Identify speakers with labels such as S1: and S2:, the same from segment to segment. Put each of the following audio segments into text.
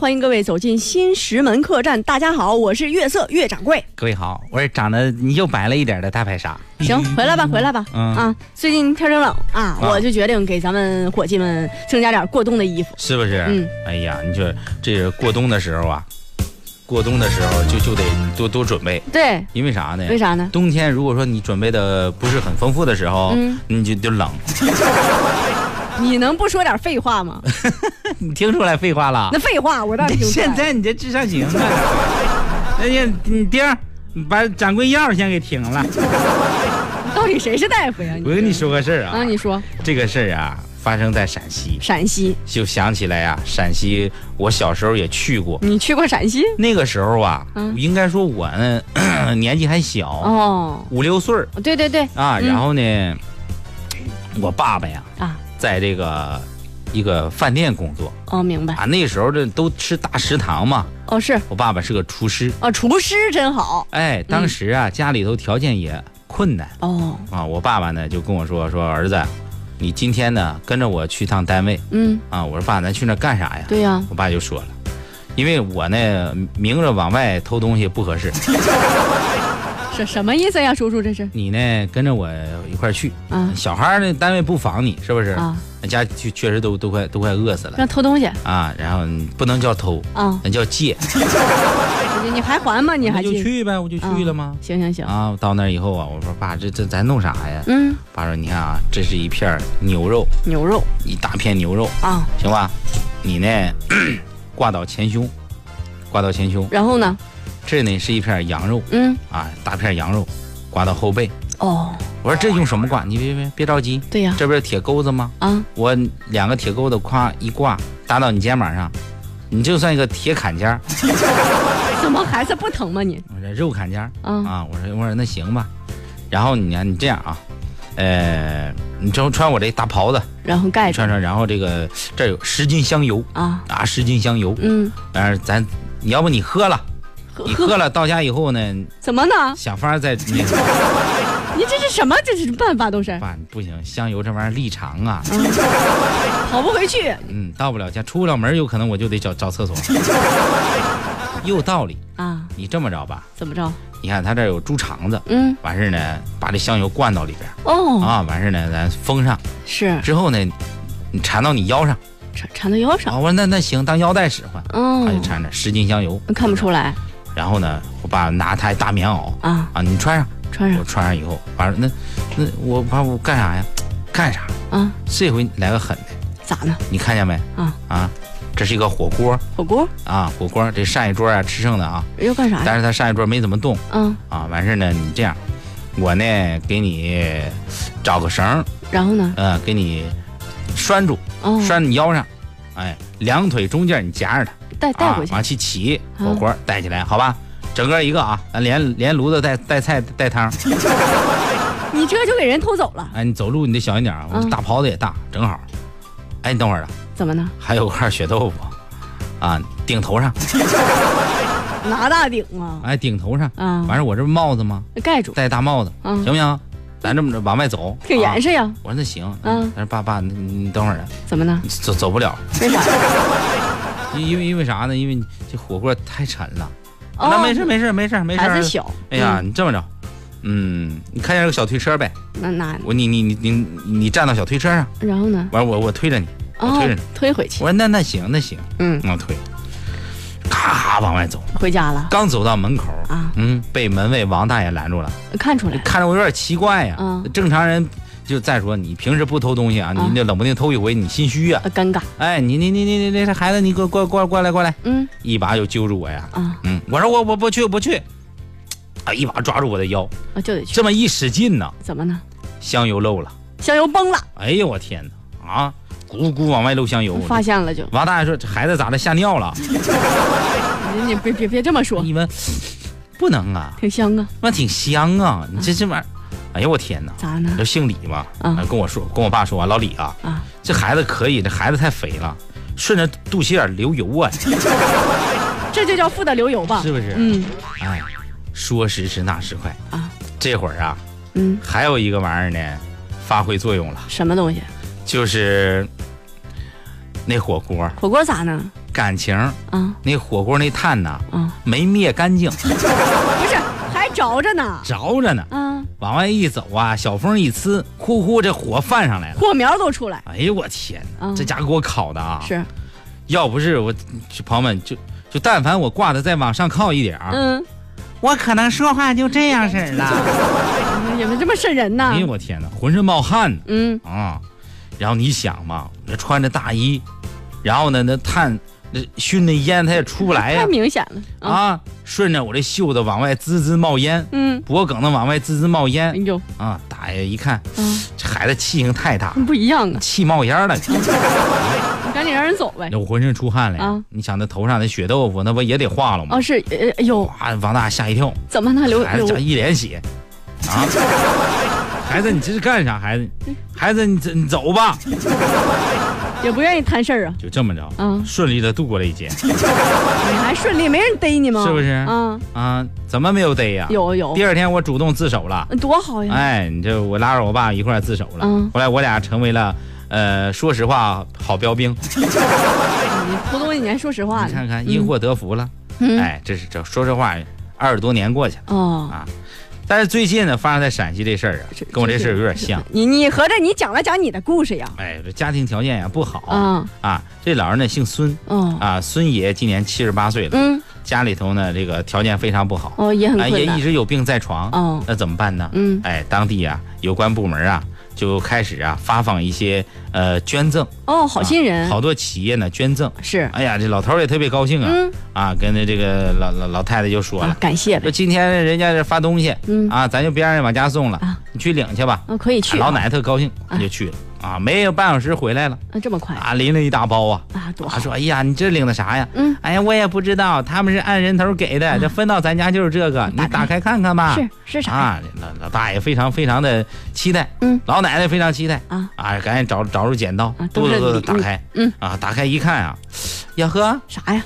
S1: 欢迎各位走进新石门客栈。大家好，我是月色月掌柜。
S2: 各位好，我是长得你就白了一点的大白鲨。
S1: 行，回来吧，回来吧。
S2: 嗯
S1: 啊，最近天儿真冷啊，
S2: 啊
S1: 我就决定给咱们伙计们增加点过冬的衣服。
S2: 是不是？
S1: 嗯。
S2: 哎呀，你说这是过冬的时候啊，过冬的时候就就得多多准备，
S1: 对，
S2: 因为啥呢？
S1: 为啥呢？
S2: 冬天如果说你准备的不是很丰富的时候，
S1: 嗯
S2: 你就就冷。
S1: 你能不说点废话吗？
S2: 你听出来废话了
S1: 那？废话我倒是听出来
S2: 现
S1: 了
S2: 啊在你这智商行啊！ 哎呀，你丁儿，你把掌柜药先给停了。
S1: 到底谁是大夫呀？
S2: 我跟你说个事儿啊，
S1: 啊，你说
S2: 这个事儿啊发生在陕西，
S1: 陕西，
S2: 就想起来呀、陕西我小时候也去过，
S1: 你去过陕西？
S2: 那个时候啊，
S1: 嗯
S2: 应该说我呢 年纪还小，
S1: 哦，
S2: 五六岁儿
S1: 对对对，
S2: 啊。
S1: 嗯
S2: 然后呢，我爸爸呀，
S1: 啊，
S2: 在这个一个饭店工作
S1: 哦，明白。
S2: 啊。那时候这都吃大食堂嘛，
S1: 哦，是
S2: 我爸爸是个厨师。
S1: 啊，厨师真好。
S2: 哎，当时啊，家里头条件也困难
S1: 哦，
S2: 啊。我爸爸呢就跟我说说儿子，你今天呢跟着我去趟单位
S1: 嗯，
S2: 啊。我说爸，咱去那干啥呀？
S1: 对呀、
S2: 我爸就说了，因为我呢明着往外偷东西不合适，
S1: 什什么意思呀，叔叔这是
S2: 你呢跟着我一块儿去。
S1: 啊
S2: 小孩儿呢单位不防你，是不是？
S1: 啊，
S2: 那家确确实都都快都快饿死了
S1: 让偷东西
S2: 啊。然后你不能叫偷，
S1: 啊，
S2: 那叫借。
S1: 你你还还 吗？你还
S2: 那就
S1: 记
S2: 去呗，我就去了吗？
S1: 行行行，
S2: 啊，到那儿以后啊，我说爸，这这咱弄啥呀？
S1: 嗯，
S2: 爸说，你看啊，这是一片儿牛肉，
S1: 牛肉
S2: 一大片牛肉，
S1: 啊，
S2: 行吧？你呢， 挂到前胸，挂到前胸。
S1: 然后呢？
S2: 这呢是一片羊肉
S1: 嗯，
S2: 啊，大片羊肉，挂到后背。
S1: 哦，
S2: 我说这用什么挂？你别别别着急，
S1: 对呀、
S2: 这不是铁钩子吗？
S1: 啊，
S2: 我两个铁钩子夸一挂搭到你肩膀上，你就算一个铁坎肩儿，
S1: 怎么还是不疼吗你？
S2: 我说肉坎肩儿
S1: 啊，
S2: 啊，我说我说那行吧，然后你看你这样啊，呃，你就穿我这大袍子
S1: 然后盖着
S2: 穿穿，然后这个这儿有十斤香油
S1: 啊，
S2: 啊，十斤香油，
S1: 嗯，
S2: 但是咱你要不你喝了，
S1: 喝
S2: 你喝了到家以后呢，
S1: 怎么呢？
S2: 想法儿再那个
S1: 你这是什么？这是办法都是
S2: 爸不行，香油这玩意儿力长啊，
S1: 跑不回去
S2: 嗯，到不了家出不了门儿，有可能我就得找找厕所，有道理，
S1: 啊？
S2: 你这么着吧。
S1: 怎么着？
S2: 你看它这儿有猪肠子，
S1: 嗯，
S2: 完事儿呢，把这香油灌到里边儿、
S1: 哦，
S2: 啊，完事儿呢，咱封上
S1: 是
S2: 之后呢，你缠到你腰上。
S1: 缠缠到腰上，
S2: 啊，我说那那行，当腰带使唤，他就
S1: 嗯，
S2: 缠着十斤香油，
S1: 看不出来
S2: 然后呢，我爸拿他大棉袄
S1: 啊，
S2: 啊，你穿上，
S1: 穿上
S2: 我穿上以后，完了那那我爸我干啥呀？干啥？
S1: 啊，
S2: 这回来个狠的，
S1: 咋呢？
S2: 你看见没？
S1: 啊
S2: 啊，这是一个火锅
S1: 火锅
S2: 啊，火锅这上一桌啊吃剩的啊，
S1: 要干啥呀？
S2: 但是他上一桌没怎么动
S1: 嗯，
S2: 啊，完事儿呢，你这样，我呢给你找个绳儿。
S1: 然后呢？
S2: 嗯，给你拴住，
S1: 哦，
S2: 拴你腰上，哎，两腿中间你夹着它，
S1: 带哎带回去嗯
S2: 啊，往起起火锅带起来，好吧？整个一个啊，咱连连炉子带带菜带汤，
S1: 你这就给人偷走了，
S2: 哎，你走路你得小心点啊，我这
S1: 嗯
S2: 大袍子也大，正好。哎，你等会儿啊，
S1: 怎么呢？
S2: 还有块血豆腐，啊，顶头上，
S1: 拿大顶啊
S2: 哎，顶头上，
S1: 啊，
S2: 完事儿我这不帽子吗？
S1: 盖住，
S2: 戴大帽子，
S1: 嗯
S2: 行，不行？咱这么着往外走，
S1: 挺
S2: 啊
S1: 严。实呀，
S2: 我说那行，
S1: 嗯
S2: 但是爸爸，你你等会儿啊，
S1: 怎么呢？
S2: 你走走不了，
S1: 为啥？
S2: 因因为因为啥呢？因为这火锅太沉了。
S1: 哦
S2: 那没事，没事没事没事。
S1: 孩子小，
S2: 哎呀，你这么着，嗯，你看见有个小推车呗？
S1: 嗯，那那
S2: 我你你你你你站到小推车上，
S1: 然后呢？
S2: 完我我推着你，我
S1: 哦
S2: 推着你。，
S1: 推回去
S2: 我，说那那行那行，
S1: 嗯，
S2: 我推，咔往外走。
S1: 回家了
S2: 刚走到门口，
S1: 啊，
S2: 嗯，被门卫王大爷拦住了，
S1: 看出来了，
S2: 看着我有点奇怪呀、
S1: 嗯
S2: 正常人。就再说你平时不偷东西啊，
S1: 嗯
S2: 你那冷不丁偷一回，你心虚啊！
S1: 啊尴尬，
S2: 哎，你你你你你这孩子，你给我过过过来过来，
S1: 嗯
S2: 一把就揪住我呀！
S1: 啊，
S2: 嗯，我说我我不去不去，啊，一把抓住我的腰，
S1: 我就得去，
S2: 这么一使劲呢，
S1: 怎么呢？
S2: 香油漏了。
S1: 香油崩了，
S2: 哎呦我天哪！啊，咕咕往外漏香油。
S1: 发现了就，
S2: 王大爷说：“这孩子咋的？吓尿了
S1: 你你别别别这么？”说，
S2: 你们不能啊，
S1: 挺香啊，
S2: 那挺香啊！你这这玩意儿，哎呦我天哪！
S1: 咋呢
S2: 这？姓李嘛，
S1: 嗯
S2: 啊跟我说，跟我爸说啊，老李啊，
S1: 啊，
S2: 这孩子可以，这孩子太肥了，顺着肚脐眼流油啊，
S1: 这就叫富得流油吧？
S2: 是不是？
S1: 嗯
S2: 哎，说时迟那时快
S1: 啊，
S2: 这会儿啊，
S1: 嗯，
S2: 还有一个玩意儿呢，发挥作用了。
S1: 什么东西？
S2: 就是那火锅，
S1: 火锅咋呢？
S2: 感情
S1: 啊
S2: 那火锅那炭呐
S1: 啊，
S2: 没灭干净，
S1: 不是还着着呢，
S2: 着着呢。
S1: 啊，
S2: 往外一走啊，小风一呲，呼呼这火泛上来了。
S1: 火苗都出来，
S2: 哎呦我天哪，
S1: 嗯
S2: 这家给我烤的啊！
S1: 是，
S2: 要不是我，朋友们就就但凡我挂的再往上靠一点儿，
S1: 嗯，
S2: 我可能说话就这样式儿 了。
S1: 你们这么瘆人呢
S2: 哎，呦我天哪，浑身冒汗
S1: 嗯，
S2: 啊！然后你想嘛，那穿着大衣，然后呢那炭那熏那烟它也出不哎来呀
S1: 太明显了，
S2: 啊，顺着我这袖子往外滋滋冒烟，
S1: 嗯，
S2: 脖梗子往外滋滋冒
S1: 哎
S2: 烟
S1: 呦，
S2: 啊！打爷一看，
S1: 嗯，
S2: 这孩子气性太大，
S1: 不一样啊，
S2: 气冒烟了。
S1: 你赶紧让人走呗。
S2: 那我浑身出汗了呀！
S1: 啊
S2: 你想那头上那血豆腐，那不也得化了吗
S1: 哦，？是，呃哎呦，
S2: 哇，王大吓一跳，
S1: 怎么呢？刘
S2: 孩子
S1: 刘
S2: 这一 脸血啊！孩子，你这是干啥？孩子，
S1: 嗯
S2: 孩子，你走你走吧，
S1: 也不愿意摊事儿啊，
S2: 就这么着，
S1: 嗯
S2: 顺利的度过了一劫
S1: 你还顺利，没人逮你吗？
S2: 是不是
S1: 啊，
S2: 啊！怎么没有逮呀？
S1: 有有嗯
S2: 第，二天我主动自首了，
S1: 多好呀！
S2: 哎，你这我拉着我爸一块儿自首了，
S1: 嗯
S2: 后来我俩成为了。呃，说实话，好标兵，
S1: 你蒲东，你还说实话呢？
S2: 哎你看看因祸得福了。
S1: 嗯，
S2: 哎，这是这说实话，二十多年过去了。
S1: 哦，
S2: 但是最近呢，发生在陕西这事儿啊
S1: 是，
S2: 啊跟我这事儿有点像。
S1: 你你合着你讲了讲你的故事呀？
S2: 哎，这家庭条件呀不好
S1: 啊，
S2: 啊这老人呢姓孙
S1: 哦，
S2: 啊，孙爷今年七十八岁了，
S1: 嗯，
S2: 家里头呢这个条件非常不好，
S1: 哦，也很
S2: 哎也
S1: 困
S2: 一
S1: 难。
S2: 直有病在床，
S1: 哦，
S2: 那怎么办呢？
S1: 嗯，
S2: 哎，当地啊有关部门啊就开始啊发放一些呃捐赠，
S1: 哦，好心人
S2: 啊好多企业呢捐赠，
S1: 是，
S2: 哎呀这老头儿也特别高兴啊、
S1: 嗯，
S2: 啊，跟着这个老老老太太就说
S1: 啊
S2: 了，
S1: 感谢
S2: 说
S1: 呗，
S2: 今天人家这发东西
S1: 嗯，
S2: 啊，咱就别让人往家送了
S1: 啊，
S2: 你去领去吧。
S1: 啊，可以去。
S2: 老奶奶特高兴，
S1: 啊
S2: 就去了啊，没有半小时回来了
S1: 啊，这么快
S2: 啊，拎了一大包啊。
S1: 啊，多
S2: 他
S1: 好。
S2: 说：“哎呀，你这领的啥呀？
S1: 嗯，
S2: 哎呀，我也不知道，他们是按人头给的，这分到咱家就是这个，你打开看看吧。
S1: 是是啥呀？
S2: 啊，老老大爷非常非常的期待，
S1: 嗯，
S2: 老奶奶非常期待
S1: 啊
S2: 啊，赶紧找找出剪刀
S1: 啊，都
S2: 嘟嘟
S1: 是
S2: 嘟
S1: 礼
S2: 打开，
S1: 嗯哦
S2: 啊，打开一看啊，呀呵，
S1: 啥呀？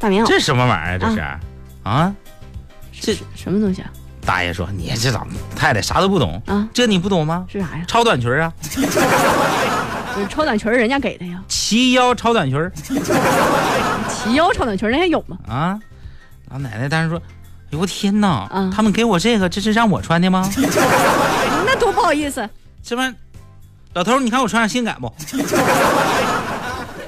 S1: 大棉袄
S2: 这什么玩意儿？这是啊？这
S1: 是什么东西啊？
S2: 大爷说你这老太太啥都不懂，
S1: 啊，
S2: 这你不懂吗？
S1: 是啥呀？
S2: 超短裙儿啊，
S1: 就是超短裙儿人家给的呀，
S2: 齐腰超短裙儿
S1: 齐腰超短裙儿人家有吗？
S2: 啊。”老奶奶当时说：“哎呦我天哪，
S1: 啊
S2: 他们给我这个，这是让我穿的吗？”
S1: 哎那多不好意思。
S2: 这玩意儿，老头儿，你看我穿上性感不？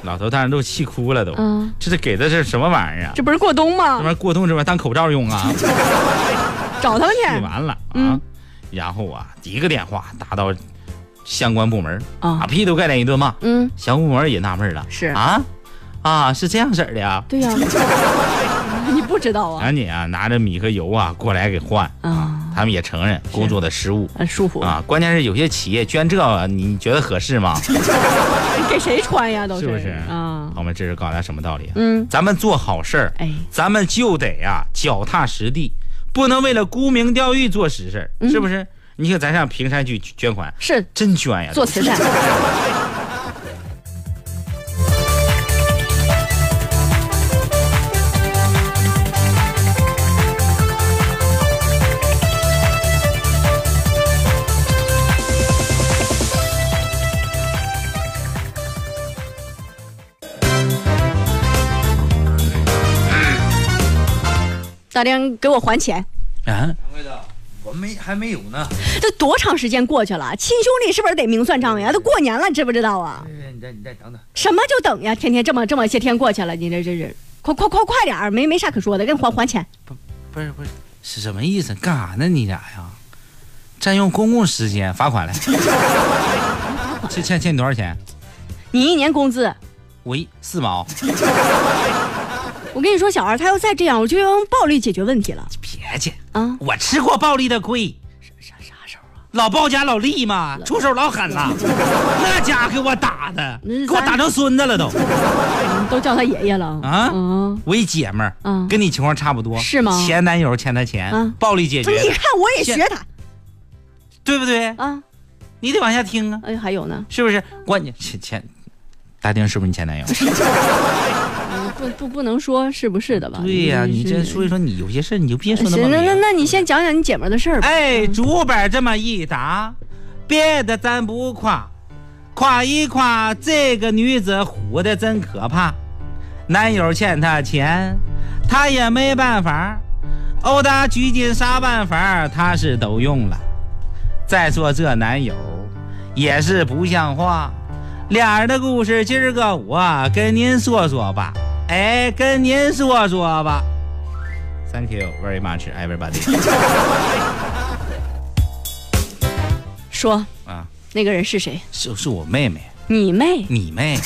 S2: 老头当时都气哭了都，
S1: 嗯，
S2: 这是给的是什么玩意儿啊？
S1: 这不是过冬
S2: 这
S1: 吗
S2: 玩意？儿过冬这玩意儿当口罩用啊？
S1: 找他们
S2: 气
S1: 去
S2: 完了啊
S1: 嗯！
S2: 然后啊，一个电话打到相关部门，啊
S1: 啊。
S2: 劈头盖脸一顿骂，
S1: 嗯，
S2: 相关部门也纳闷了，
S1: 是
S2: 啊啊是这样式儿的呀？
S1: 对呀， 你不知道啊？
S2: 赶紧啊拿着米和油啊过来给换啊
S1: 啊！
S2: 他们也承认工作的失误
S1: 啊，舒服。
S2: 啊，关键是有些企业捐这个，你觉得合适吗？
S1: 给谁穿呀？都
S2: 是不是
S1: 啊？
S2: 朋友们，这是告诉大家什么道理啊？
S1: 嗯，
S2: 咱们做好事儿，
S1: 哎，
S2: 咱们就得啊脚踏实地，不能为了沽名钓誉做实事儿，
S1: 嗯
S2: 是不是？你看咱上平山去捐款，
S1: 是
S2: 真捐呀！
S1: 做慈善。大亮，给我还钱！
S2: 啊，
S3: 我没还没有呢。
S1: 这多长时间过去了？亲兄弟是不是得明算账呀？都过年了，知不知道啊？
S3: 哎你再你再等等，
S1: 什么就等呀？天天这么这么些天过去了，你这这这，快快快快点儿，没没啥可说的，给你还还钱。
S2: 不是不是，是什么意思？干啥呢？你俩呀？占用公共时间，罚 款来。这欠欠你多少钱？
S1: 你一年工资，
S2: 我一四毛。
S1: 我跟你说，小二他要再这样，我就要用暴力解决问题了
S2: 别介，
S1: 啊！
S2: 我吃过暴力的亏，
S1: 啥啥时候啊？
S2: 老包夹老厉嘛，出手老狠 了，那家伙给我打的，
S1: 那是
S2: 给我打成孙子了都。
S1: 都叫他爷爷了
S2: 啊
S1: 嗯
S2: 我一姐们儿，
S1: 嗯，
S2: 跟你情况差不多，
S1: 是吗
S2: 前男友欠她钱，
S1: 啊
S2: 暴力解
S1: 这你
S2: 决，
S1: 看我也学他
S2: 对不对？
S1: 啊！
S2: 你得往下听啊，
S1: 哎，还有呢，
S2: 是不是？关键前前，大丁是不是你前男友？
S1: 不不不能说是不是的吧？
S2: 对呀、
S1: 嗯
S2: 你这
S1: 是
S2: 说一说，你有些事儿你就别说那么
S1: 行，那那
S2: 明。
S1: 那你先讲讲你姐们儿的事 儿吧。
S2: 哎，主板这么一打，别的咱不夸，夸一夸这个女子虎的真可怕。男友欠她钱，她也没办法，殴打拘禁啥办法，她是都用了。再说这男友也是不像话，俩人的故事今儿个我跟您说说吧，哎，跟您说说吧。Thank you very much, everybody
S1: 说
S2: 啊，
S1: 那个人是谁？
S2: 是是我妹啊妹，
S1: 你妹？
S2: 你妹，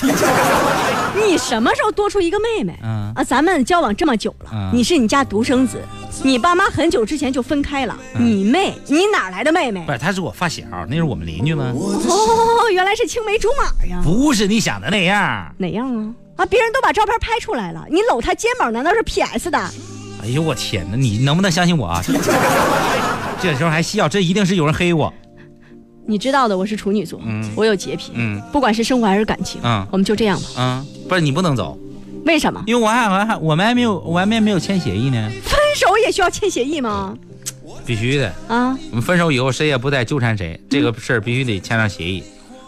S1: 你什么时候多出一个妹妹？
S2: 嗯
S1: 啊，咱们交往这么久了，
S2: 嗯
S1: 你是你家独生子，你爸妈很久之前就分开了。
S2: 嗯
S1: 你妹，你哪来的妹妹
S2: 不？是，她是我发小，那是我们邻居吗？
S1: 哦，原来是青梅竹马呀。
S2: 不是你想的那样。
S1: 哪样啊？啊，别人都把照片拍出来了，你搂她肩膀难道是 P S 的？
S2: 哎呦我天哪，你能不能相信我啊？ 这时候还笑，这一定是有人黑我。
S1: 你知道的，我是处女座，
S2: 嗯
S1: 我有洁癖，
S2: 嗯
S1: 不管是生活还是感情，
S2: 嗯
S1: 我们就这样吧。
S2: 嗯，不是你不能走，
S1: 为什么
S2: 因为我还我还我们还没有我还没没有签协议呢，
S1: 分手也需要签协议吗？
S2: 必须的。
S1: 啊，
S2: 我们分手以后谁也不带纠缠谁，这个事儿必须得签上协议。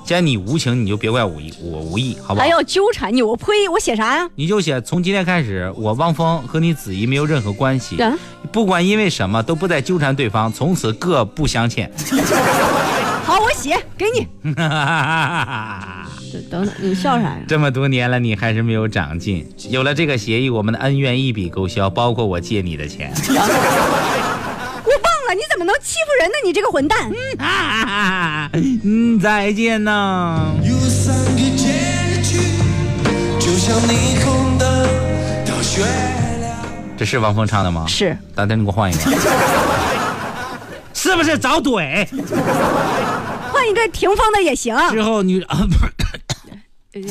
S2: 既然你无情，你就别怪我意，我无意，好不好
S1: 还？要纠缠你，我呸，我写啥呀、
S2: 你就写从今天开始，我汪峰和你子怡没有任何关系，
S1: 啊？
S2: 不管因为什么都不再纠缠对方，从此各不相欠。
S1: 啊好，我写给你。等等等，你笑啥呀？
S2: 这么多年了，你还是没有长进。有了这个协议，我们的恩怨一笔勾销，包括我借你的钱。
S1: 我忘了，你怎么能欺负人呢？你这个混蛋！
S2: 嗯，再见呢。
S4: 有三个结局，就像霓虹灯到月亮。
S2: 这是王峰唱的吗？
S1: 是
S2: 大灯，你给我换一个。是不是找怼？
S1: 换一个停放的也行。
S2: 之后女 啊，不是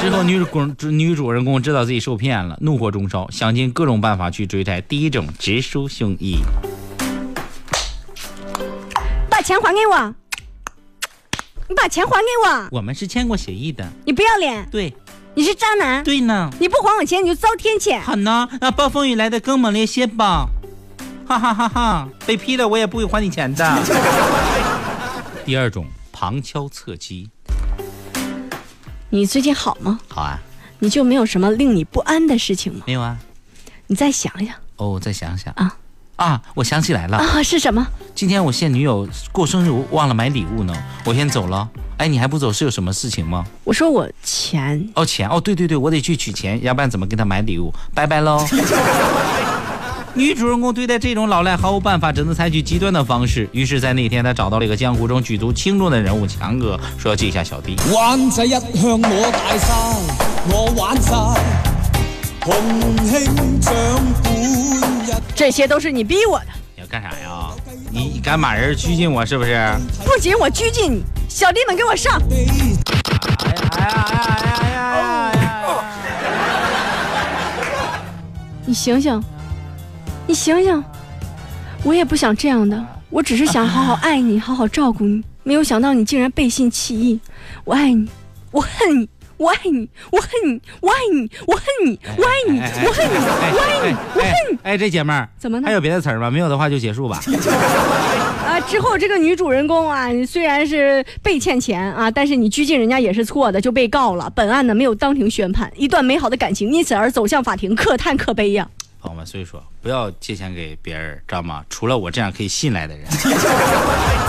S2: 之后女主女主人公知道自己受骗了，怒火中烧，想尽各种办法去追债。第一种，直抒胸臆。
S1: 把钱还给我！你把钱还给我！
S2: 我们是签过协议的，
S1: 你不要脸！
S2: 对
S1: 你是渣男！
S2: 对呢。
S1: 你不还我钱，你就遭天谴！
S2: 好呢，那暴风雨来的更猛烈些吧。哈哈哈哈！被批了我也不会还你钱的。第二种，旁敲侧击。
S1: 你最近好吗？
S2: 好啊，
S1: 你就没有什么令你不安的事情吗？
S2: 没有啊。
S1: 你再想想
S2: 哦，我再想想
S1: 啊
S2: 啊！我想起来了，
S1: 啊，是什么？
S2: 今天我现女友过生日，我忘了买礼物呢，我先走了。哎，你还不走是有什么事情吗？
S1: 我说我钱，
S2: 哦，钱哦，对对对，我得去取钱，要不然怎么给她买礼物？拜拜喽。女主人公对待这种老赖毫无办法，只能采取极端的方式。于是，在那天，她找到了一个江湖中举足轻重的人物强哥，说要借一下小弟。
S4: 灣仔一向我大晒，我玩晒，洪興長官一。
S1: 这些都是你逼我的。
S2: 你要干啥呀？你敢把人拘禁我是不是？哎呀
S1: 不仅我拘禁你，小弟们给我上！
S2: 哎呀哎呀哎呀哎呀！
S1: 你醒醒，你醒醒！我也不想这样的，我只是想好好爱你，好好照顾你。没有想到你竟然背信弃义，我爱你，我恨你，我爱你，我恨你，我爱你，我恨你，我爱你，我恨你，我爱你，我恨你！
S2: 哎哎，这姐妹儿
S1: 怎么呢
S2: 还有别的词儿吗？没有的话就结束吧。
S1: 啊，之后这个女主人公啊，虽然是被欠钱啊，但是你拘禁人家也是错的，就被告了。本案呢没有当庭宣判，一段美好的感情因此而走向法庭，可叹可悲呀、
S2: 朋友们，所以说不要借钱给别人，知道吗？除了我这样可以信赖的人。